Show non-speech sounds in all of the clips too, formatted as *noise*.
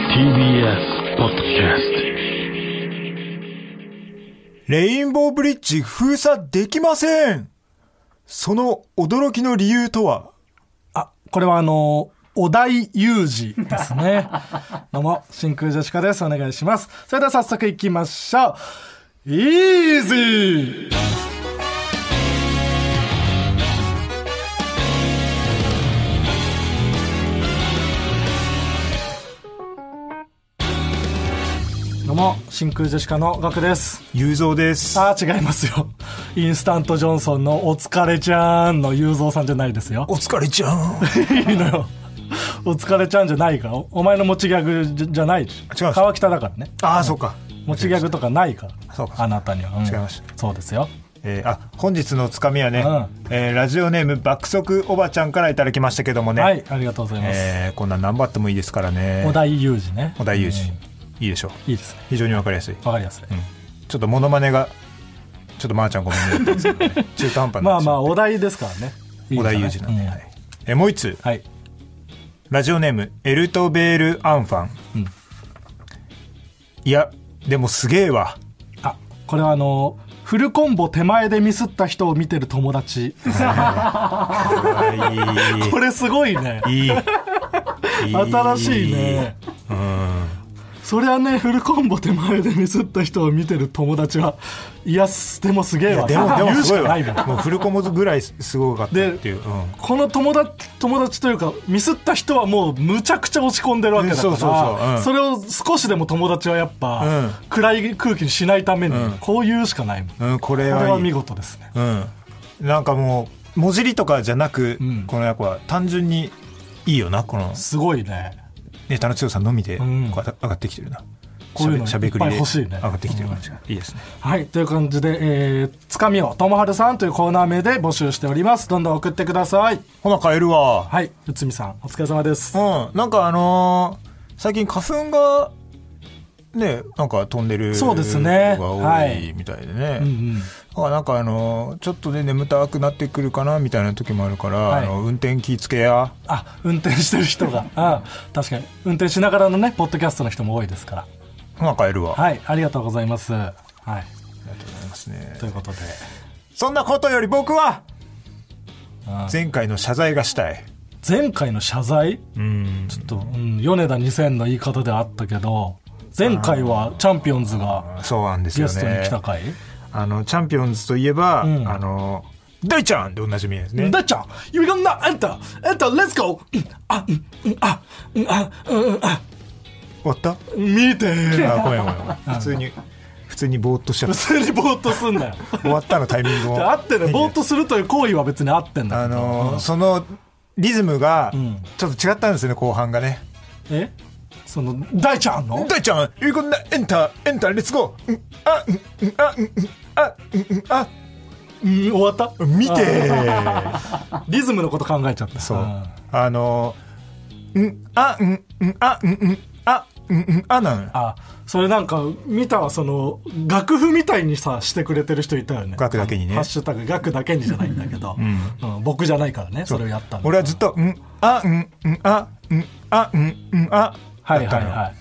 TBS ポッドキャスレインボーブリッジ封鎖できませんその驚きの理由とはあ、これはあの、お題有事ですね。 *laughs* どうも、真空ジェシカです。お願いします。それでは早速行きましょう。イージーどうも、真空ジェシカのガクです。雄三ですあー違いますよ。インスタントジョンソンのお疲れちゃーんの雄三さんじゃないです *laughs* よ。お疲れちゃ *laughs* んいいのよ。お疲れちゃんじゃないから。おお前の持ちギャグじゃじゃないで違うしょ。んです川北だからね。ああそうか持ちギャグとかないから。そうかそうかあなたには。うん違いました。そうですよ。えーあ本日のつかみはね、んえーラジオネーム爆速おばちゃんからいただきましたけどもね、はい、ありがとうございます。えーこんなん何バってもいいですからねお題有事ね。お題有事、いいでしょういいですね。非常にわかりやすいわかりやすい。ちょっとモノマネがちょっとまーちゃんごめんねだったん *laughs* ですけどね中途半端にまなあってしままあ、うお題ですからね。いいおんじゃな題い有事なんで、うんはいえーもう一通はい。ラジオネームエルトベール・アンファン、んいやでもすげえ *laughs* わあ、これはあの、フルコンボ手前でミスった人を見てる友 *laughs* 達。 *laughs* これすごいね。いいいい新しいね。そりゃね、フルコンボ手前でミスった人を見てる友達は、いや、でもすげいえやわ。でもでも *laughs* 言うすしごいかなわいもん。もうフルコモズぐらいすごかったっていう、うんこの友達友達というかミスった人はもうむちゃくちゃ落ち込んでるわけだからうんそうそうそううんそれを少しでも友達はやっうぱん、暗い空気にしないためにんこう言うしかないもん、こうん、これれはいいは見事ですねうん、なんかもうもじりとかじゃなく、うんこの役は単純にいいよなこのすごいねネタの強さのみでこんう上がってきてるな、こういうのしゃべしゃべくりいっぱいで欲しい上ねがってきてる感じが、いいですねはいという感じで、えー、つかみをともはるさんというコーナー名で募集しておりますどんどん送ってくださいほな帰るわはい内海さんお疲れ様ですうん、なんかあのー最近花粉が、ね、なんか飛んでるそうですねのがは多いいみたいでね。うんうんだからなんかあのーちょっとで眠たくなってくるかなみたいな時もあるから、はいあの運転気ぃつけや。あ運転してる人 *laughs* があ確かに運転しながらのねポッドキャストの人も多いですからほな帰るわ。あはいありがとうございますはいりがとうございますねと。いうことでそんなことより僕はうん、前回の謝罪がしたい。前回の謝罪うん。ちょっと、うん、米田2000の言い方ではあったけど前回はチャンピオンズがそうなんですよゲね。ストに来た回あの、チャンピオンズといえば、んあの、大ちゃんでおなじみですね。だっちゃん You g o n あんたあんた Let's go うんあうんうんあうんあうんあ終わった見てあ、ごめんごめんごめん。普通に、普通にぼーっとしちゃっ普た。通にぼーっとすん *laughs* なよ終わったのタイミングをあってねぼーっとするという行為は別にあってんだあけどのーそのリズムがんちょっと違ったんですね後半がねえその大ちゃんの大ちゃんゆうこんなエンターエンターレッツゴーうんあうんうんあうんうんあうんうんあうん終わった見てリズムのこと考えちゃったそうんあのーうんあうんうんあうんうんあうんうんあなのよあそれなんか見たわその楽譜みたいにさしてくれてる人いたよね楽だけにねハッシュタグ楽だけにじゃないんだけど、うん僕じゃないからねそれをやったの俺はずっとうんあうんうんあうんあうんうんあはいだったはいのよはい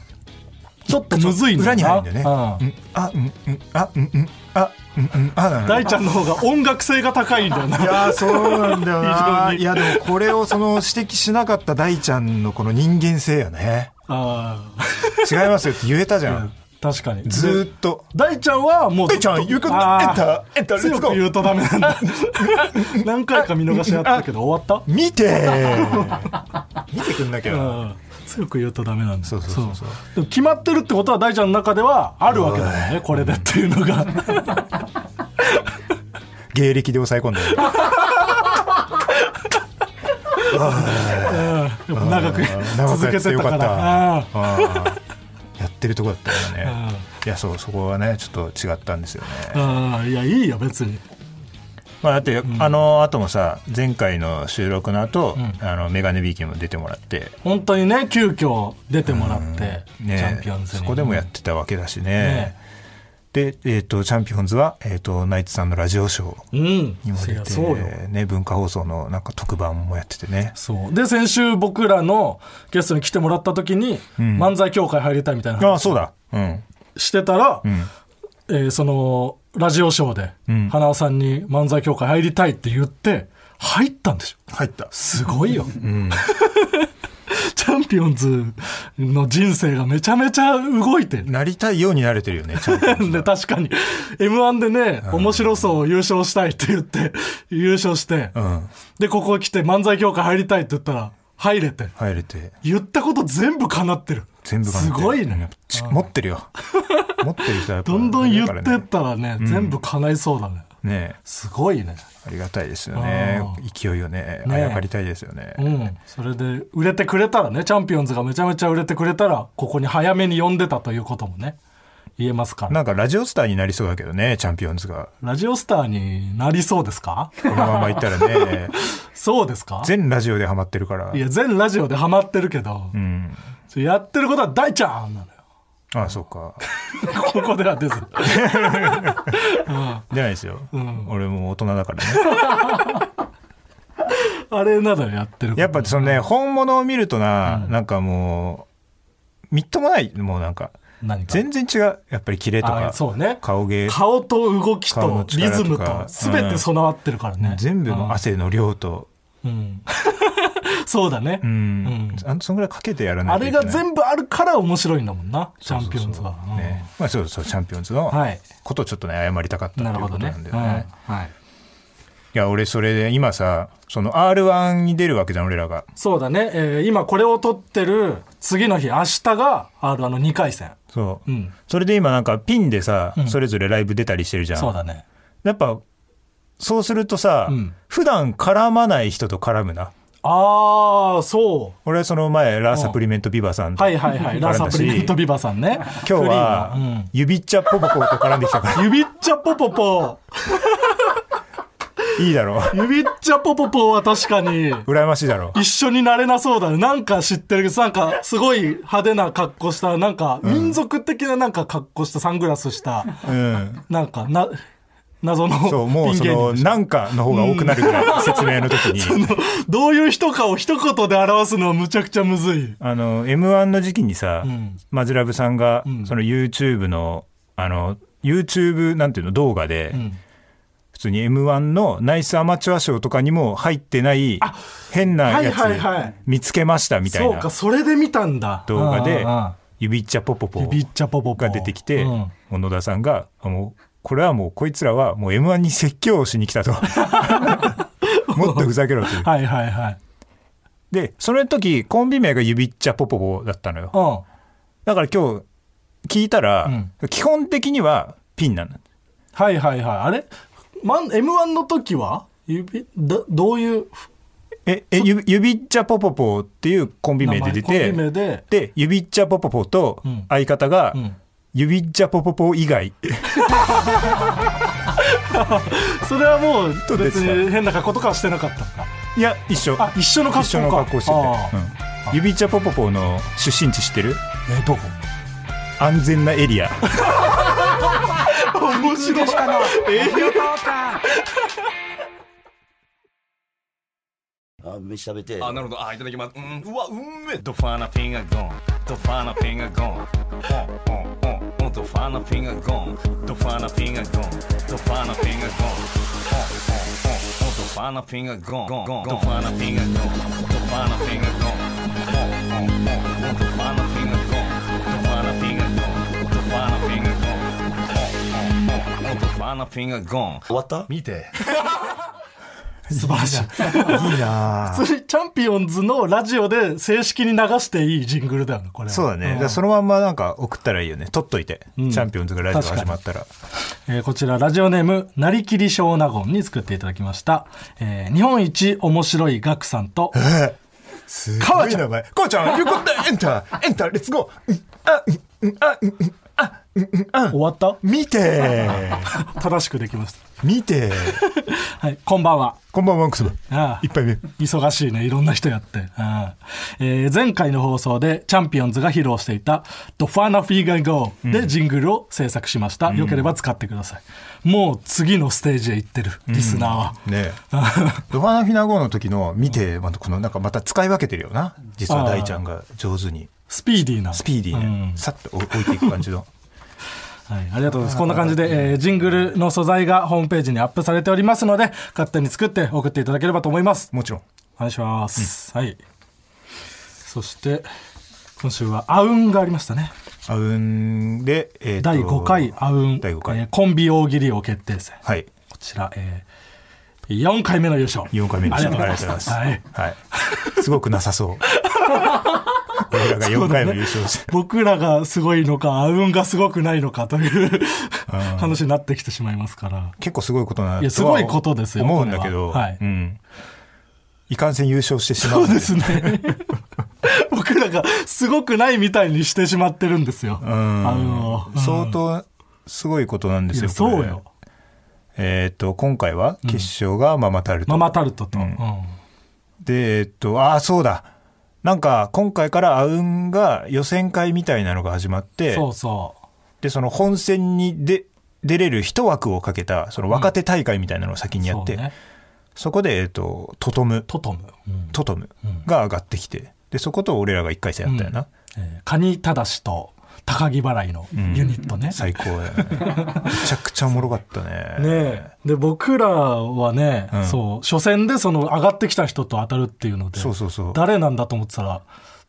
ちょっとむずいんだよ裏に入るんだなようねうんあうんうんあうんうんあうんうんあなのよ大ちゃんの方が音楽性が高いんだよいなやーそうなんだよ非常なにいやでもこれをその指摘しなかった大ちゃんのこの人間性よねあ違いますよって言えたじゃーん *laughs* 確かにずーっと大ちゃんはもうず大っちとゃんゆくエンあーターエンターレッツ強ゴく言ーうとダメな *laughs* んだ何回か見逃しあったけど終わっ見て見てくんなきた、うゃん、強く言うとダメなんだそうそうそうそうでも決まってるってことは大ちゃんの中ではあるわけだよねこれでっていう *laughs* のが芸歴で抑え込んで *laughs* 長く続けて長くやってたかよかっらたうんあーやってるとこだったよねうんいやそうそこはねちょっと違ったんですよねああいやいいよ別にまあ、だって、あの後もさ前回の収録の後、あのメガネビーキにも出てもらって、本当にね急遽出てもらって、チャンピオンズにそこでもやってたわけだしねねで、えっ、と、チャンピオンズは、えっ、と、ナイツさんのラジオショーうんにもそ出りゃて、そうよね、文化放送のなんか特番もやっててね。そうで先週僕らのゲストに来てもらった時に、ん漫才協会入りたいみたいなああ、話そうだ。うん。してたら、うん。えーそのラジオショーで、うん花輪さんに漫才協会入りたいって言って入ったんでしょ入った。すごいようん。 *laughs* チャンピオンズの人生がめちゃめちゃ動いてるなりたいようになれてるよね、チャンピオンズ *laughs* はで確かに m 1でね面白そう優勝したいって言って優勝して、うん。でここ来て漫才協会入りたいって言ったら入れて入れて。言ったこと全部叶ってる全部がすごいねち持ってるよ。 *laughs* 持ってる人はやっぱ *laughs* どんどん言ってっねたらね全部叶いそうだね、ねすごいねありがたいですよねあ。勢いをね、ねあやかりたいですよね。うんそれで売れてくれたらねチャンピオンズがめちゃめちゃ売れてくれたらここに早めに呼んでたということもね言えますからなんかラジオスターになりそうだけどね、チャンピオンズが。ラジオスターになりそうです *laughs* かこのままいったら *laughs* ね、そうですか全ラジオでハマってるからい。や全ラジオでハマってるけど、うん。やってることは大ちゃんなのよ。 *laughs* ああ、そうか。ここでは *laughs* 出ず。じゃないですよ。俺もう大人だからね。あれなのよ、やってることやっぱそのね、本物を見るとな、なんかもう、みっともない、もうなんか。何か全然違う。やっぱりキレとあか、そうね顔芸顔と動き顔との力リとかズムと全て備わってるからね。全部の汗の量と、うん。 *laughs* そうだね。うん、あのそんぐらいかけてやらなあいといれけないが全部あるから面白いんだもんな、チそうャンそうピそうオンズは。ねまあ、そうそうチャンピオンズのはいことをちょっとね謝りたかったうんなっるていうほこどとねなんだ。よねうんはいいや俺それで今さその r 1に出るわけじゃん俺らがそうだね。えー今これを撮ってる次の日、明日が R1 の2回戦。そう、うんそれで今なんかピンでさ、それぞれライブ出たりしてるじゃんそうだね。やっぱそうするとさ、うん普段絡まない人と絡むなあー、そう。俺はその前ラーサプリメントビバさんとはいはい *laughs* はい。ラサプリメントビバさんね。今日フリーのは指っちゃポポポと絡んできたかうん指っちゃぽぽぽ。らいいだろ指っちゃぽぽぽは確かに、羨ましいだろ一緒になれなそうだね。なんか知ってるけど、なんかすごい派手な格好した、なんか民族的ななんか格好した、サングラスした、うんなんかな、謎のそう、もう *laughs* ピンそ芸人の、でしたなんかの方が多くなるぐらい、説明の時に。 *laughs* どういう人かを一言で表すのはむちゃくちゃむずい。 *laughs* あの、M1 の時期にさん、マジラブさんがん、その YouTube の、あの、YouTube なんていうの動画で、普通に M1 のナイスアマチュア賞とかにも入ってない変なやつはいはいはい見つけましたみたいそうなか、それで見たんだ。動画でうんうんうん、指っちゃポポポ指っちゃぽぽぽ。が出てきてうん、小野田さんが、あもう、これはもうこいつらはもう M1 に説教をしに来た *laughs* と。もっとふざけろという。はいはいはい。で、その時、コンビ名が指っちゃポポポだったのよ。うん。だから今日、聞いたら、う基本的にはピンなの。はいはいはい。あれ、ま、M1 の時は指どどういうえ、え、ゆ指っちゃポポポっていうコンビ名名前で出コンビて、名で。で、指っちゃポポポとん相方が、ん指っちゃポポポ以外。 *laughs* それはもうと出別てたに変な格好とかはしてなかったのか。いや、一緒。あ、一緒の格好か。一緒の格好してて。あうん指っちゃポポポの出身地知ってるーえ、どこ安全なエリア。面白い。あ飯食べてあなるほどあいただきますうんうわうんめドファーナフィンガーゴンドファーナフィンガーゴンオンオンオンオンドファーナフィンガーゴンドファーナフィンガーゴンドファーナフィンガーゴンオンオンオンオンドファーナフィンガーゴンゴンゴンドファーナフィンガーゴンドファーナフィンガーゴンオンオンオンオンドファーナフィンガーゴンドファーナフィンガーゴンドファーナフィンガーゴンオンオンオンオンドファーナフィンガーゴン終わった見て素晴らしい。いいなぁ普通にチャンピオンズのラジオで正式に流していいジングルだよね、これは。そうだね。だからそのまんまなんか送ったらいいよね。撮っといて。チャンピオンズがラジオ始まったら。えーこちらラジオネームなりきり小納言に作っていただきました、えー日本一面白いガクさんとすごい名前。母ちゃん、よかった、エンター、エンター、レッツゴー。うんあ、うんうんあ、うんうんあ、終わった *laughs* 見て正しくできました。 *laughs* 見てはい、こんばんは。こんばんはワンクスマンああ一杯目忙しいねいろんな人やって、ああえー前回の放送でチャンピオンズが披露していた「ドファナフィーガンゴー」でジングルを制作しました、よければ使ってくださいもう次のステージへ行ってるリスナーは、ねえドファナフィナ号の時の見てまたこのなんかまた使い分けてるよな実は大ちゃんが上手に *laughs* スピーディーなスピーディーね、うんさっと置いていく感じのはい、ありがとうございます。こんな感じで、えージングルの素材がホームページにアップされておりますので、勝手に作って送っていただければと思います。もちろんお願いします。はい。そして、今週は、あうんがありましたね。あうんで、えーと第5回あうん、第5回、えーコンビ大喜利王決定戦。はいこちら、えー、4回目の優勝。 4回目でありしたがとうございます。ありがとうございます *laughs* はい、すごくなさそう俺らが4回も優勝して僕らがすごいのか、あうんがすごくないのかという *laughs* 話になってきてしまいますから。結構すごいことないやすごいことですよ思うんだけど、これははいうん、いかんせん優勝してしまそううですね。 *laughs* 僕らがすごくないみたいにしてしまってるんですよ。うんあの、うん相当すごいことなんでいすやよそうよ。これえーっと今回は決勝がママタルト、ママタルトと。うんうんでえーっとああそうだなんか今回からあうんが予選会みたいなのが始まってそうそでその本戦にで出れる一枠をかけたその若手大会みたいなのを先う。にやって、そうそねこで、えーっとトトムトトム。うんトトムが上がってきてでそこと俺らが1回戦やったよな、えーカニタダシと高木払いのユニットね。最高だよねめちゃくちゃおもろかったねねえで、僕らはね、うんそう、初戦でその上がってきた人と当たるっていうので、そうそうそう誰なんだと思ってたら、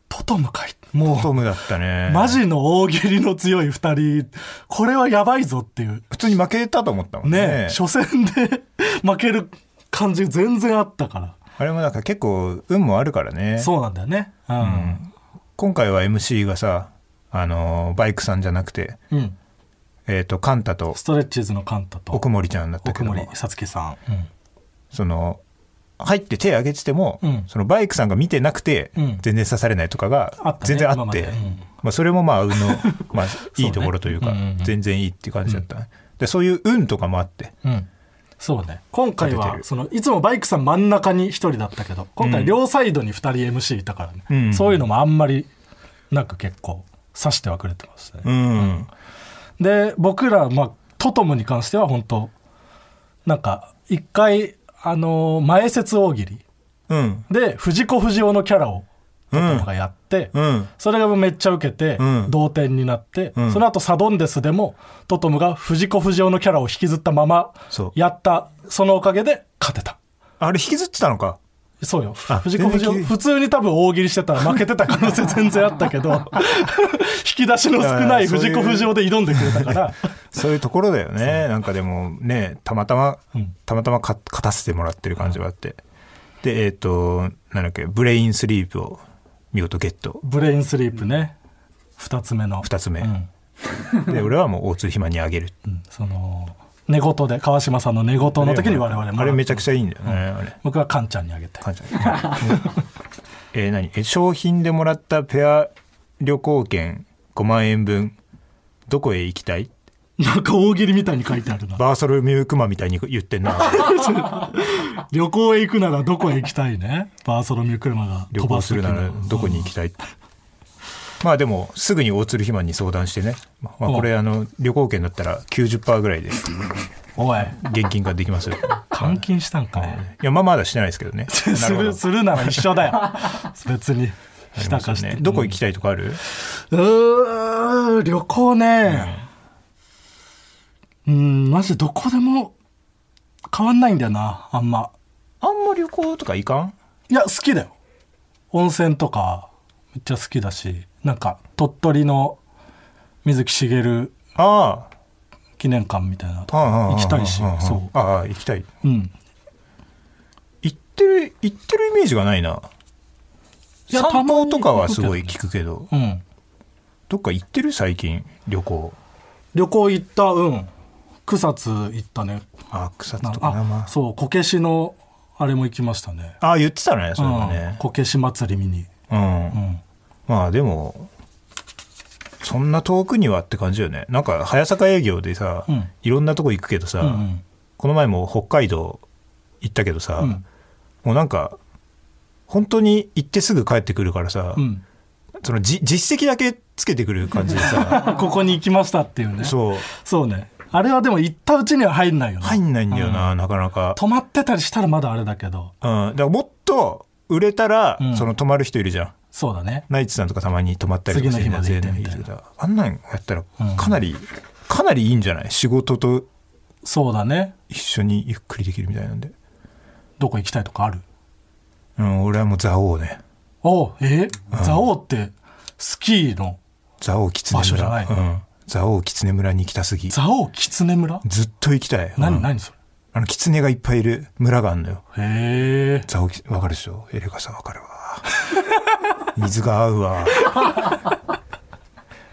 トトムかい。もトう、ムだったねマジの大喜利の強い二人、これはやばいぞっていう。普通に負けたと思ったもんねねえ、初戦で負ける感じ全然あったかあれもなんか結構運もあるからねら。そうなんだよね。う。うんん今回は MC がさあのーバイクさんじゃなくて、うん。えー、とカンタとストレッチーズのカンタと、奥森ちゃんだったけ奥ど森もさつきさん。その入って手挙げてても、うんそのバイクさんが見てなくて、うん全然刺されないとかあがったね全然あ今っまてでうんまあ、それもまあ運 *laughs* の、まあ、いいところというかそうねうんうんうん全然いいっていう感じだった、でそういう運とかもあってうん。うん。そうね。今回立てては、るその、いつもバイクさん真ん中に一人だったけど、今う回ん両サイドに二人 MC いたからね。うんそういうのもあんまり、なんか結構、刺してはくれてましたね。うん、で僕ら、まあ、トトムに関しては本当なんか一回あのー前説大喜利うんで藤子不二雄のキャラをトうんトムがやって、うんそれがめっちゃ受けて、うん同点になって、うんその後サドンデスでもトトムが藤子不二雄のキャラを引きずったままそうやったそのおかげで勝てた。あれ引きずってたのかそうよ。あ藤子不全然二聞雄、い普通に多分大喜利してたら負けてた可能性全然あったけど、 *laughs* 引き出しの少ない藤子不二雄で挑んでくれたから、そういうところだよね。なんかでもね、たまたまうん、たまたまか勝たせてもらってる感じがあって。で、えっ、と、なんだっけ、ブレインスリープを見事ゲット。ブレインスリープね二つ目の二つ目う。ん *laughs* で、俺はもう大津ひまにあげる。うんその寝言で川島さんの寝言の時に我々もあれめちゃくちゃいいんだよね、あれ。僕はカンちゃんにあげ *laughs* て感じえー、何え、商品でもらったペア旅行券5万円分、どこへ行きたいなんか大喜利みたいに書いてある *laughs* なバーソルミュークマみたいに言ってんな。旅行へ行くならどこへ行きたいね *laughs* バーソロミュー車が旅行するならどこに行きたいまあでもすぐに大鶴ひまんに相談してね、まあ、おうこれあの旅行券だったら90%ぐらいでおい現金化できますよ監禁したんかいいやまあまだしてないですけどねなするほどるするなら一緒だ *laughs* よ別にしたかして、ねどこ行きたいとかあるうー旅行ね。うん、マジでどこでも変わんないんだよな、あんま。あんま旅行とか行かんいや、好きだよ。温泉とか、めっちゃ好きだし、なんか、鳥取の水木しげるあ記念館みたいなとあああああか行きたいしあああ、あそ。ああ行きたいううん。行ってる行ってるイメージがないないや散歩とかはたまに行くけどすごい聞くけどねうん。どっか行ってる最近旅行旅行行った、うん。草津行ったね。あ草津なんとかなまあ、あそう、こけしの、あれも行きましたね。ああ言ってたねそれもうんねこけし祭り見に。うんうん。まあでも、そんな遠くにはって感じよねなんか早坂営業でさ、うんいろんなとこ行くけどさ、うんうんこの前も北海道行ったけどさ、うんもうなんか本当に行ってすぐ帰ってくるからさ、うんそのじ実績だけつけてくる感じで *laughs* さここに行きましたっていうねそうそうねあれはでも行ったうちには入んないよね入んないんだよな、なかなか、泊まってたりしたらまだあれだけどうん、だからもっと売れたら、うんその泊まる人いるじゃんそうだねナイツさんとかたまに泊まったりとかして次の日まで行って全然みたいなけどあんなんやったらうんかなり、かなりいいんじゃない仕事とそうだね一緒にゆっくりできるみたいなんで、どこ行きたいとかあるうん、俺はもう蔵王ねおうえー蔵王ってスキーの蔵王狐場所じゃ村ないうん蔵王狐村に行きたすぎ蔵王狐村ずっと行きたいう何ん何そあの狐がいっぱいいる村があるのよれへえザオキ、わかるでしょエレカさんわかるわ。 *laughs* 水が合うわ。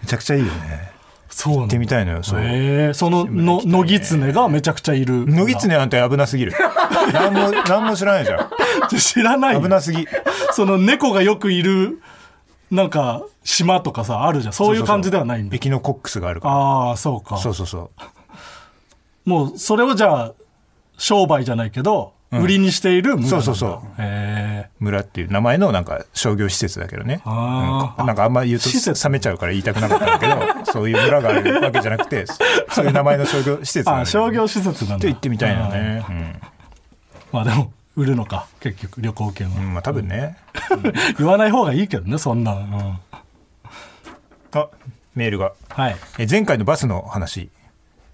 めちゃくちゃいいよね。そうな行んっだてみたいのよ、そう。へえそのの野ギツネがめちゃくちゃいる野ギツネなんて危なすぎ *laughs* る。なんも、なんも知らないじゃ知らないよん。危なすぎ。その猫がよくいるなんか島とかさあるじゃんそういう感じではないんだエキノコックスがあるか。ああそうからそうそうそう。もうそれをじゃあ商売じゃないけど、ん売りにしている村なんだそうそうそうへえ村っていう名前のなんか商業施設だけどね。あーうんなんかあんま言うと施設冷めちゃうから言いたくなかったんだ *laughs* けど、そういう村があるわけじゃなくて、そういう名前の商業施設なんだああけど商業施設なちょんだっと行ってみたいなね。あーまあでも売るのか結局旅行券は、うんうん。まあ多分ね。 *laughs* 言わない方がいいけどねそんな、うん、あ、メールが。はいえー前回のバスの話、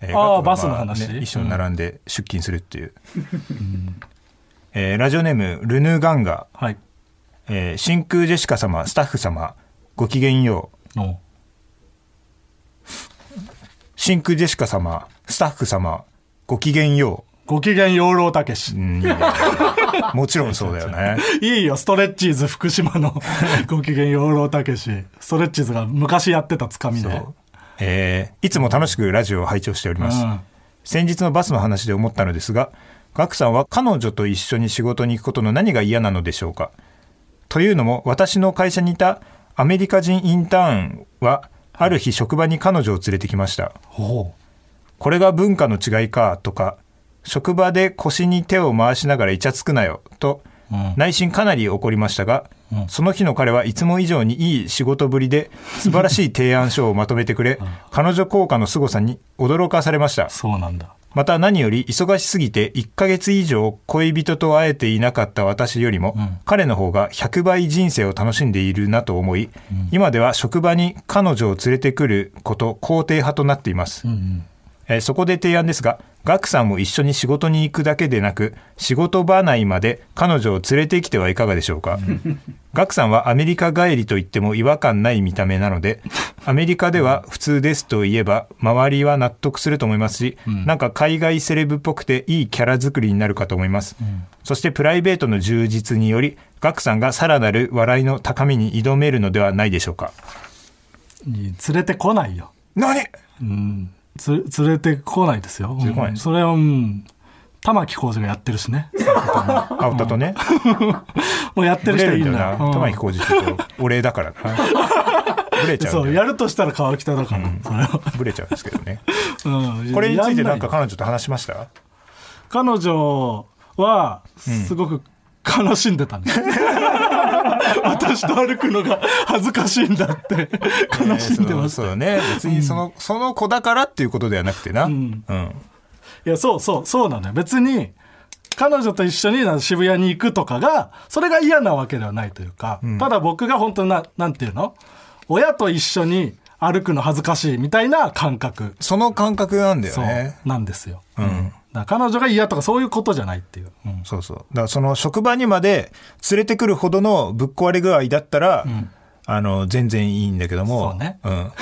えあーガクがバスの話ね一緒に並んで出勤するっていう、えーラジオネームルヌーガンガ、はいえー真空ジェシカ様スタッフ様ごきげんようの真空ジェシカ様スタッフ様ごきげんよご機嫌養老たけしう、うんいいねもちろんそうだよねいいよ、ストレッチーズ福島 *laughs* のご機嫌養老たけし。ストレッチーズが昔やってたつかみそで。うえーいつも楽しくラジオを拝聴しております、うん先日のバスの話で思ったのですがガクさんは彼女と一緒に仕事に行くことの何が嫌なのでしょうかというのも私の会社にいたアメリカ人インターンはある日職場に彼女を連れてきましたほこれが文化の違いかとか職場で腰に手を回しながらイチャつくなよとうん内心かなり怒りましたが、うんその日の彼はいつも以上にいい仕事ぶりで素晴らしい提案書をまとめてくれ彼女効果の凄さに驚かされましたう。そうなんだ。また何より忙しすぎて1ヶ月以上恋人と会えていなかった私よりも、うん彼の方が100倍人生を楽しんでいるなと思い、今では職場に彼女を連れてくること肯定派となっています、うんえーそこで提案ですがガクさんも一緒に仕事に行くだけでなく仕事場内まで彼女を連れてきてはいかがでしょうかガクさんはアメリカ帰りと言っても違和感ない見た目なの *laughs* でアメリカでは普通ですと言えば周りは納得すると思いますし、なんか海外セレブっぽくていいキャラ作りになるかと思います、そしてプライベートの充実によりガクさんがさらなる笑いの高みに挑めるのではないでしょうかうんいい連れてこないよ。何うんつ連れてこないですよ。連れてこないうんそれは、うん。玉置浩二がやってるし *laughs* ね。青田とね、もうやってブるレ人るいんいだんよだな。うん玉置浩二とお礼だ *laughs* からなブレちゃうそんう、だやよるとしたら川北だから、それは。ブレちゃうんですけどねうんこれについてなんかや彼女と話しましたんない彼女は、すごく悲しんでたね。私と歩くのが恥ずかしいんだって、悲 *laughs* しんでましそたうそうね別にその,、その子だからっていうことではなくてな、うんいや、そうそう、そうなのよ。別に、彼女と一緒になんか渋谷に行くとかが、それが嫌なわけではないというか、ただ僕が本当にな、なんていうの親と一緒に歩くの恥ずかしいみたいな感覚。その感覚なんだよそう、ねなんですよ。うん、だから彼女が嫌とかそういうことじゃないっていう。うんそうそうだからその職場にまで連れてくるほどのぶっ壊れ具合だったら、あの全然いいんだけどもそうねん、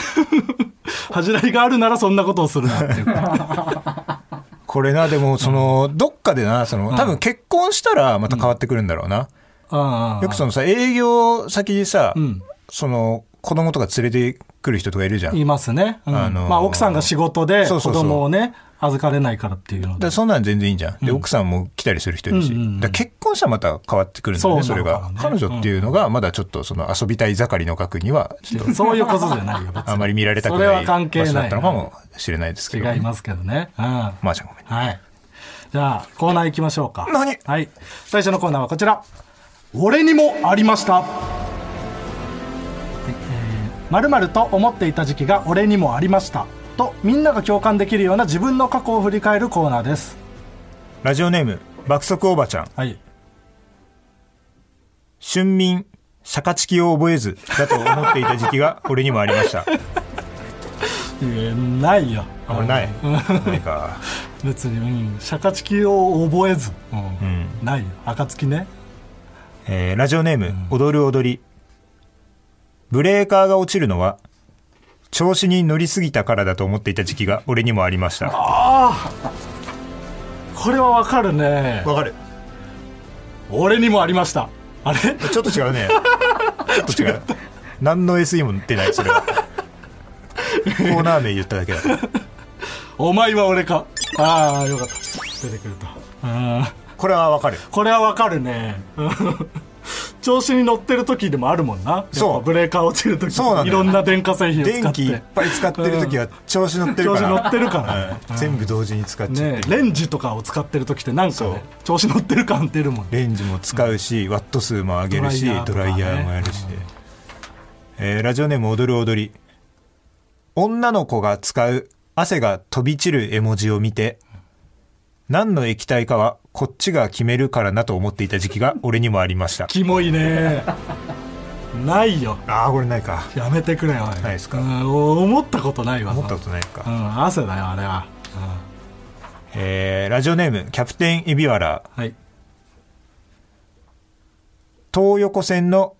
恥じらいがあるならそんなことをするなっていう *laughs* か。これなでもその、どっかでなその多分結婚したらまた変わってくるんだろうな、うんうんよくそのさ、営業先でさ、んその、子供とか連れてくる人とかいるじゃん。いますね。うんあのーまあ奥さんが仕事でそう子そうそう供をね、預かれないからっていうのでらそんなん全然いいじゃん。で、奥さんも来たりする人いるし。うんうんうんだから結婚したらまた変わってくるんだよね、そそうなれのかがな。彼ね女っていうのが、まだちょっとその遊びたい盛りの額には、ちょっとそういうことじゃないよ別にあまり見られたくそれなはい関係場所だなっいたのかもしれないですけど。違いますけどねうんはまーちゃんごめん。いじゃあコーナー行きましょうか何はい最初のコーナーはこちら俺にもありましたまるまると思っていた時期が俺にもありましたとみんなが共感できるような自分の過去を振り返るコーナーですラジオネーム、爆速おばちゃん。はい春眠、シャカチキを覚えず、だと思っていた時期が *laughs* 俺にもありました。いやないよあ、俺ない。ないか。別に、うん、シャカチキを覚えず、うんないよ暁ねえーラジオネーム、踊る踊り。ブレーカーが落ちるのは、調子に乗りすぎたからだと思っていた時期が俺にもありました。わこれはわかるねかる。俺にもありましたあれちょっと違うね。ちょっと違う。何の SE も出ない、それは。コーナー名言っただけだ。お前は俺かああよかった出てくるとうんこれはわかる。これはわかるね *laughs* うん調子に乗ってる時でもあるもんなそうやっぱブレーカー落ちる時そうなんだよいろんな電化製品を使電っ気いってぱい使ってる時は調子乗ってるから。調子乗ってるからねうん全部同時に使っちゃってねる。レンジとかを使ってる時ってなんかそうね調子乗ってる感出るもんねレンジも使うし、ワット数も上げるしドドラライイヤヤーーももややるるししで、えーラジオネーム踊る踊り女の子が使う汗が飛び散る絵文字を見て何の液体かはこっちが決めるからなと思っていた時期が *laughs* 俺にもありましたキモいねないよああこれないかやめてくれよないですか思ったことないわ思ったことないか、うん汗だよあれはえーラジオネームキャプテンエビワラはい東横線の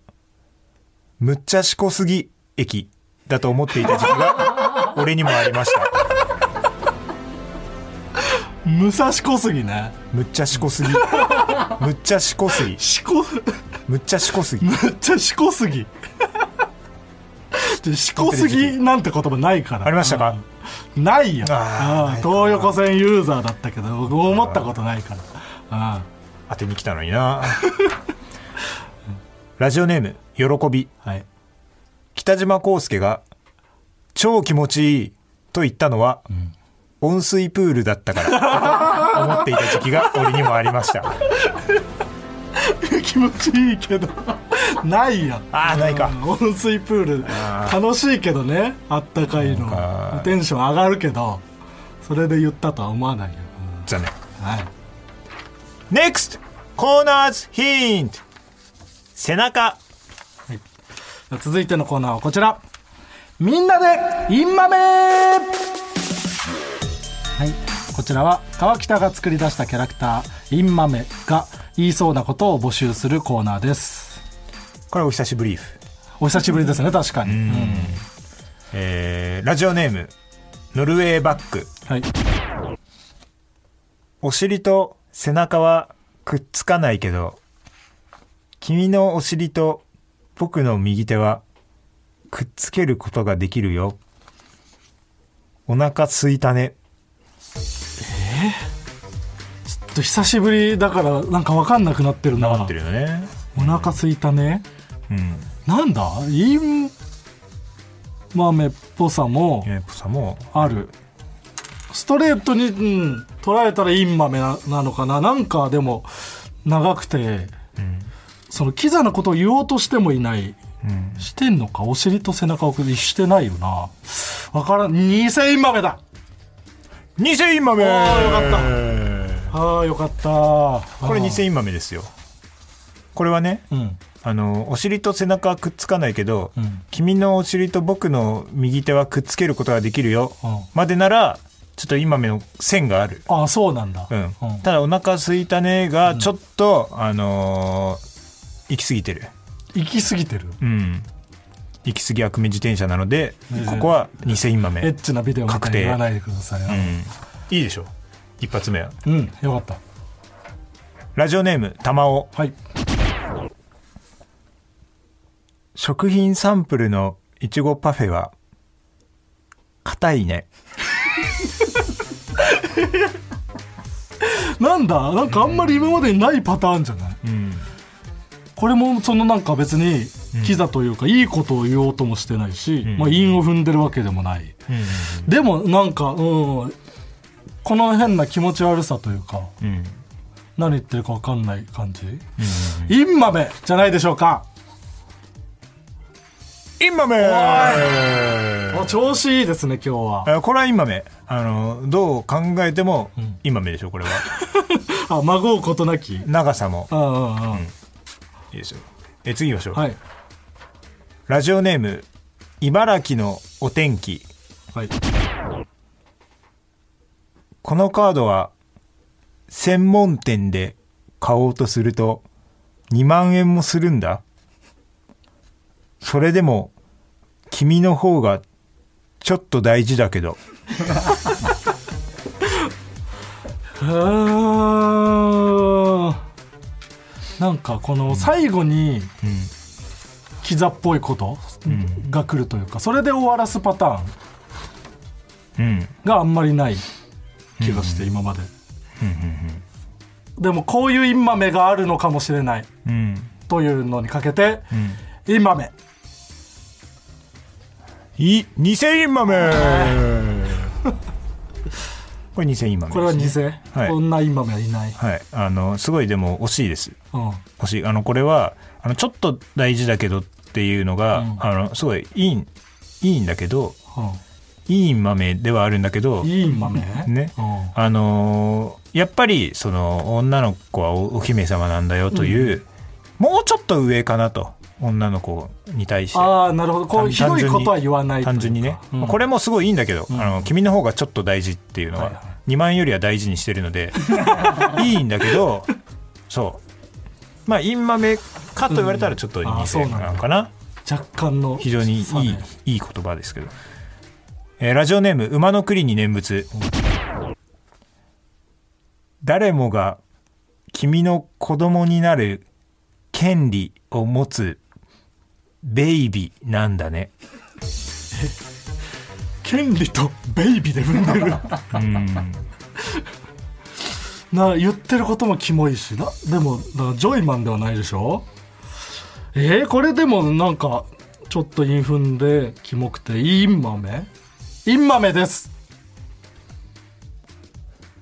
むっちゃしこすぎ駅だと思っていた時期が *laughs* 俺にもありました武蔵小杉ねむっちゃしこすぎ。むっちゃしこすぎ。しこむっちゃしこすぎ *laughs* む。っちゃしこすぎしこすぎなんて言葉ないからありましたかうんないよあーうんないか東横線ユーザーだったけど僕思ったことないからうん当てに来たのにな。ラジオネーム、喜び。はい *laughs* 北島康介が、超気持ちいいと言ったのは、温水プールだったから、思っていた時期が俺にもありました。気持ちいいけどないやあーないかうん温水プール楽しいけどねあったかいなのんかテンション上がるけどそれで言ったとは思わないよ、残念。うんはい NEXT! コーナーズヒント背中続いてのコーナーはこちらみんなでインマメはいこちらは川北が作り出したキャラクターインマメが言いそうなことを募集するコーナーですこれお久しぶりーふ。お久しぶりですね確かに、うんえー、ラジオネーム、ノルウェーバック。はい、お尻と背中はくっつかないけど、君のお尻と僕の右手はくっつけることができるよ。お腹すいたね。ちょっと久しぶりだからなんか分かんなくなってるななってるよね。お腹すいたねうん。なんだイン豆っぽさもゆめぽさんも、あるストレートに、うん、捉えたらインマメななのかななんかでも長くてうん。そのキザなことを言おうとしてもいないうん。してんのかお尻と背中をくりしてないよなわからん偽インマメだ偽インマメおーよかったっあーよかったこれあー偽インマメですよ。これはね、うんあの、お尻と背中はくっつかないけど、うん君のお尻と僕の右手はくっつけることができるよ、うんまでならちょっと今目の線がある、あーそうなんだ、うんうんただお腹すいたねがちょっと、あのー行き過ぎてる行き過ぎてるうん行き過ぎ悪名自転車なので、うんここは偽今エッ目、チなビデオみたいに言わないでくださいうん、いいでしょ一発目はうん、よかったラジオネーム玉尾はい食品サンプルのいちごパフェは硬いねなんだなんかあんまり今までにないパターンじゃない、これもそのなんか別にキザというかいいことを言おうともしてないし、まあ、韻を踏んでるわけでもない、でもなんか、うん、この変な気持ち悪さというかうん何言ってるか分かんない感じ「インマメ」じゃないでしょうかインマメあ調子いいですね今日はあこれはインマメあのどう考えてもインマメでしょこれはあ孫うことなき長さもうんうんうんいいですよえ次行きましょう、はいラジオネーム茨城のお天気はいこのカードは専門店で買おうとすると2万円もするんだそれでも君の方がちょっと大事だけどうーんなんかこの最後にキザっぽいことが来るというかそれで終わらすパターうンんがあんまりない気がして今まででもこういうインマメがあるのかもしれないうんというのにかけてインマメい2000円豆 *laughs* これ2000円豆これはです偽ねはいこんなインマメはいないはいあのすごいでも惜しいですうん惜しいあのこれはあのちょっと大事だけどっていうのが、うんあのすごいいいんいいんだけどいい豆ではあるんだけどうんいいインマメねうんあのーやっぱりその女の子はおお姫様なんだよという、もうちょっと上かなと女の子に対してああなるほどこう単ひどいことは言わないという単か純にね、うんまあこれもすごいいいんだけど、んあの君の方がちょっと大事っていうのは、はいは2万円よりは大事にしてるの *laughs* でいいんだけどそうまあインマメかと言われたらちょっとんあーそう2000なんだなのかな、若干の非常にいい差ねいい言葉ですけど、えーラジオネーム馬の栗に念仏誰もが君の子供になる権利を持つベイビーなんだね権利とベイビーで踏んでるな言ってることもキモいしなでもなジョイマンではないでしょえー、これでもなんかちょっとインフンでキモくてインマメインマメです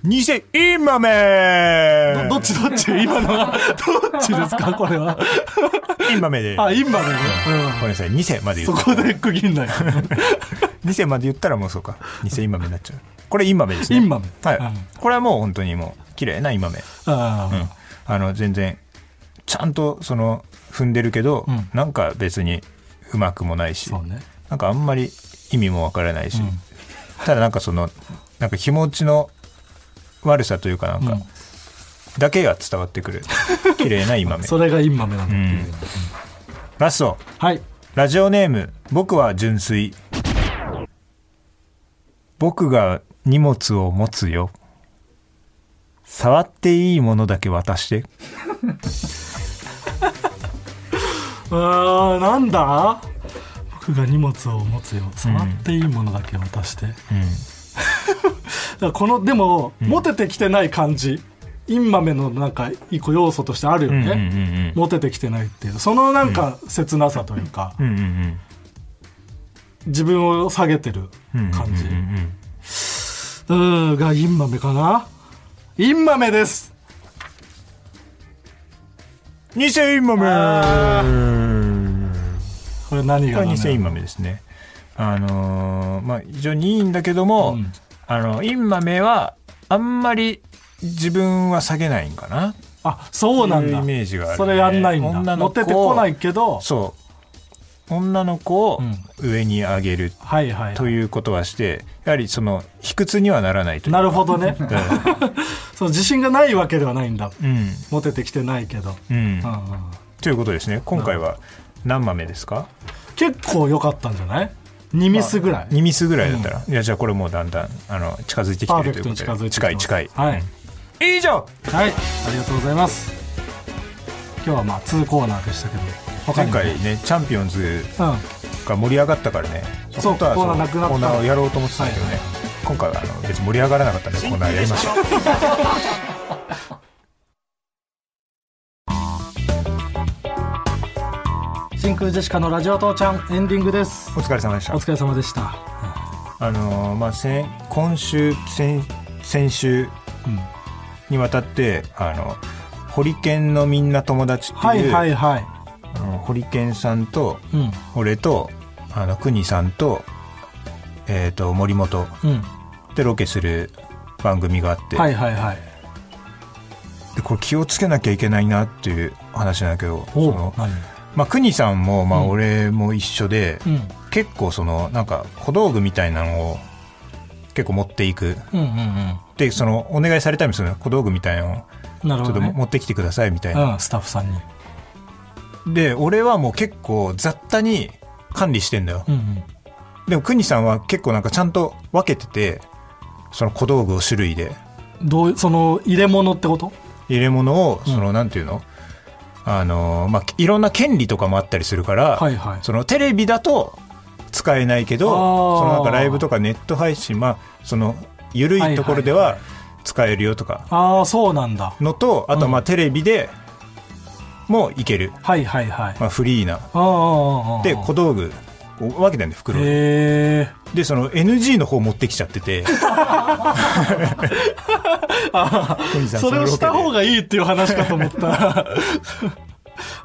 2000インマメどどっちどっち今のはどっちですかこれはインマメであインマメね、ごめんなさい2000までうん、言そっこで区切 *laughs* んない2000まで言ったらもうそうか2000インマメになっちゃうこれインマメですねインマメはい、うんこれはもう本当にもう綺麗なインマメあー、あの全然ちゃんとその踏んでるけど、うんなんか別にうまくもないし、そうねなんかあんまり意味もわからないし、ただなんかそのなんか気持ちの悪さというかなんか、うんだけが伝わって *laughs* くる綺麗な今目それがインマメなんだ、ラストはいラジオネーム僕は純粋僕が荷物を持つよ触っていいものだけ渡してあーなんだ僕が荷物を持つよ触っていいもの *laughs* だけ渡して、だからこのでも、モテてきてない感じインマメのなんか一個要素としてあるよね、モテてきてないっていうそのなんか切なさというか、うんうんうん自分を下げてる感じうんがインマメかなインマメです2000インマメこれ何こがれなの2000インマメですねあのーまあ非常にいいんだけども、うんあのインマメはあんまり自分は下げないんかなあそうなんだいうイメージがあるねそれやんないんだ女のモ子テてこないけどそう女の子をうん上に上げるはいはいはいということはしてやはりその卑屈にはならないというなるほど *laughs* ねど、 *laughs* その自信がないわけではないんだうんモテてきてないけど、うんうんうんということですね今回は何豆ですか結構良かったんじゃない2ミスぐらい、 2ミスぐらいだったら、いやじゃあこれもうだんだんあの近づいてきパてーフるとェクいうトことに近でづいてきて近い近い、はい、以上はい、ありがとうございます今日はまあ2コーナーでしたけど他前にも回ねチャンピオンズうんが盛り上がったからねそう本当はコーナーなくなったコーナーをやろうと思ってたんだけどね、今回はあの別に盛り上がらなかったんでこんなやりましょう真空ジェシカのラジオ父ちゃんエンディングですお疲れ様でしたお疲れ様でしたあのーまあ、先今週先先週にわたってあのホリケンのみんな友達ってはいいう、はいはいあのホリケンさんとうん俺とあの国さんと,、えー、と森本うんでロケする番組があって、はいはいはいでこれ気をつけなきゃいけないなっていう話なんだけどそおの、何まあ、国さんも、まあ、うん俺も一緒で、うん結構そのなんか小道具みたいなのを結構持っていくうんうんでそのお願いされたんですよね小道具みたいなのをうんなるちょっほとど、ね、持ってきてくださいみたいな、うんスタッフさんにで俺はもう結構雑多に管理してんだようんうんでも国さんは結構なんかちゃんと分けててその小道具を種類でどうその入れ物ってこと入れ物をその、なんていうのあのーまあいろんな権利とかもあったりするから、はいはいそのテレビだと使えないけどあーそのなんかライブとかネット配信まあその緩いところでは使えるよとかああそうなんだのと、あとはまあテレビでもいける、はいはいはいまあ、フリーなああああで小道具こう分けてんで袋にへえでその NG の方持ってきちゃってて小西さんそれをした方ががいいっていう話かと思っ *laughs* たら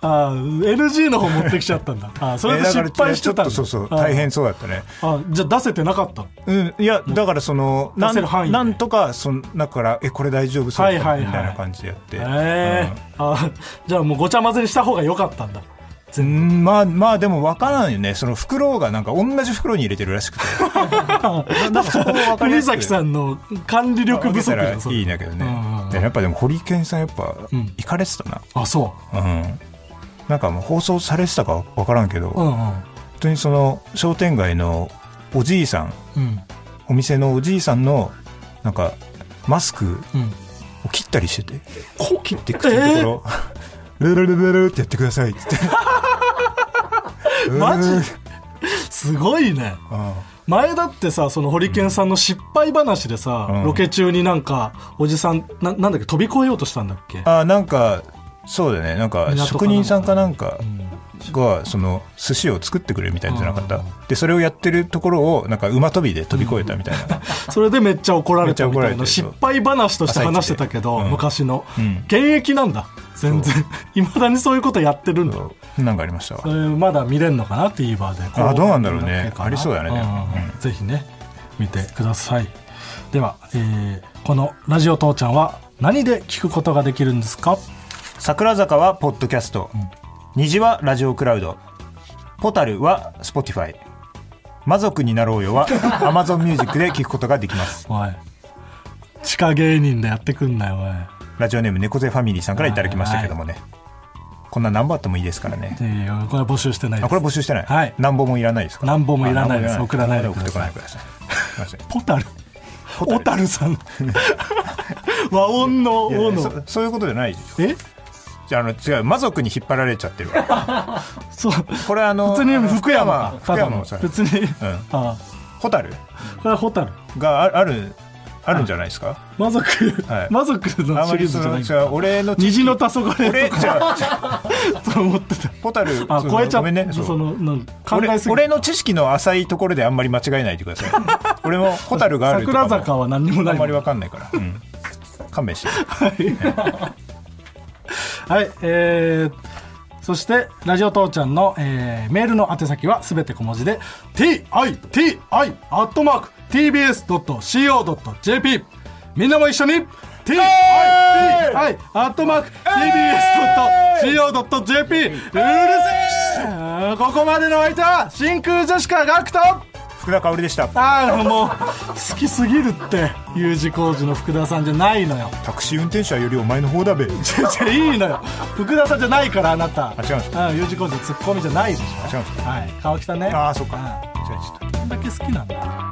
あー NG の方持ってきちゃっ *laughs* たんだあ *laughs* ーそれで失敗してたんちょっとだそうそうあー大変そうだったねあじゃあ出せてなかったのうんいやだからそのな出せる範囲んでなんとかその中からえこれ大丈夫そうはいはいかはみいたいな感じでやって、ええあーじゃあもうごちゃ混ぜにした方が良かったんだうんうんまあまあでも分からんよねその袋がなんか同じ袋に入れてるら *laughs* しくてななんかそこも分かり国やすく崎さんの管理力不足だよそれいいんだけどね、うんうんうんでやっぱでもホリケンさんやっぱうん行かれてたなあそうん、なんかもう放送されてたか分からんけど、ううんうん本当にその商店街のおじいさんうんお店のおじいさんのなんかマスクうんを切ったりしててこ切って口のところ、ルルルルルルってやってくださいっつって *laughs* マジうんすごいね前だってさそのホリケンさんの失敗話でさ、うんロケ中になんかおじさんななんだっけ飛び越えようとしたんだっけあなんかそうだねなんか港かなんか職人さんかなんかんがその寿司を作ってくれるみたいなんじゃなかった、うんでそれをやってるところをなんか馬跳びで飛び越えたみたいな、それでめっちゃ怒られたみためっちゃ怒られいてなる失敗話として話してたけ朝ど、一でうん昔の、うん現役なんだ全然いまだにそういうことやってるんだそうなんかありましたわそれまだ見れるのかな TVer であどうなんだろうねこかなありそうだねでもんぜひね見てくださいでは、えーこの「ラジオ父ちゃん」は何で聞くことができるんですか桜坂はポッドキャスト、虹はラジオクラウドポタルはスポティファイ魔族になろうよは *laughs* アマゾンミュージックで聞くことができますおい地下芸人でやってくんなよおいラジオネーム猫背ファミリーさんからいただきましたけどもね、こんな何本あってもいいですからねいやいやこれは募集してないであすこれ募集してない、はい何本もいらないですか何本もいらないですあ何本送らないで送くっだてこさないいでくださいすいませんポタルタル小樽さ *laughs* ん和音のい「やお」いやのそそういうことじゃないでしょえじゃああの違う魔族に引っ張られちゃってるわそうこれあの *laughs* 普通に福山か福山のたさだの別に、んああホタルこれはホタルがああるあるんじゃないですか魔族、はい魔族のあシまリりーズそじゃのない違う俺の虹の黄昏俺とじゃあか *laughs* と思ってたホタル *laughs* あその超えちゃごめんねそうそのなん考俺えすぎ俺の知識の浅いところであんまり間違えないでください俺もホタルがあるとか桜も坂は何にもなあいんもまんりわかんないから、うん、勘弁してはいえーそしてラジオ父ちゃんの、えーメールの宛先はすべて小文字で TITI.tbs.co.jp みんなも一緒に TITI.tbs.co.jp うるせえここまでの相手は真空ジェシカガクト福田香織でしたああもう好きすぎるって U 字工事の福田さんじゃないのよタクシー運転手はよりお前の方だべじゃじゃいいのよ福田さんじゃないからあなたあ違うんですか U 字工事のツッコミじゃないでしょ違うんですはい川北ねああそっかん違うちょっとこんだけ好きなんだ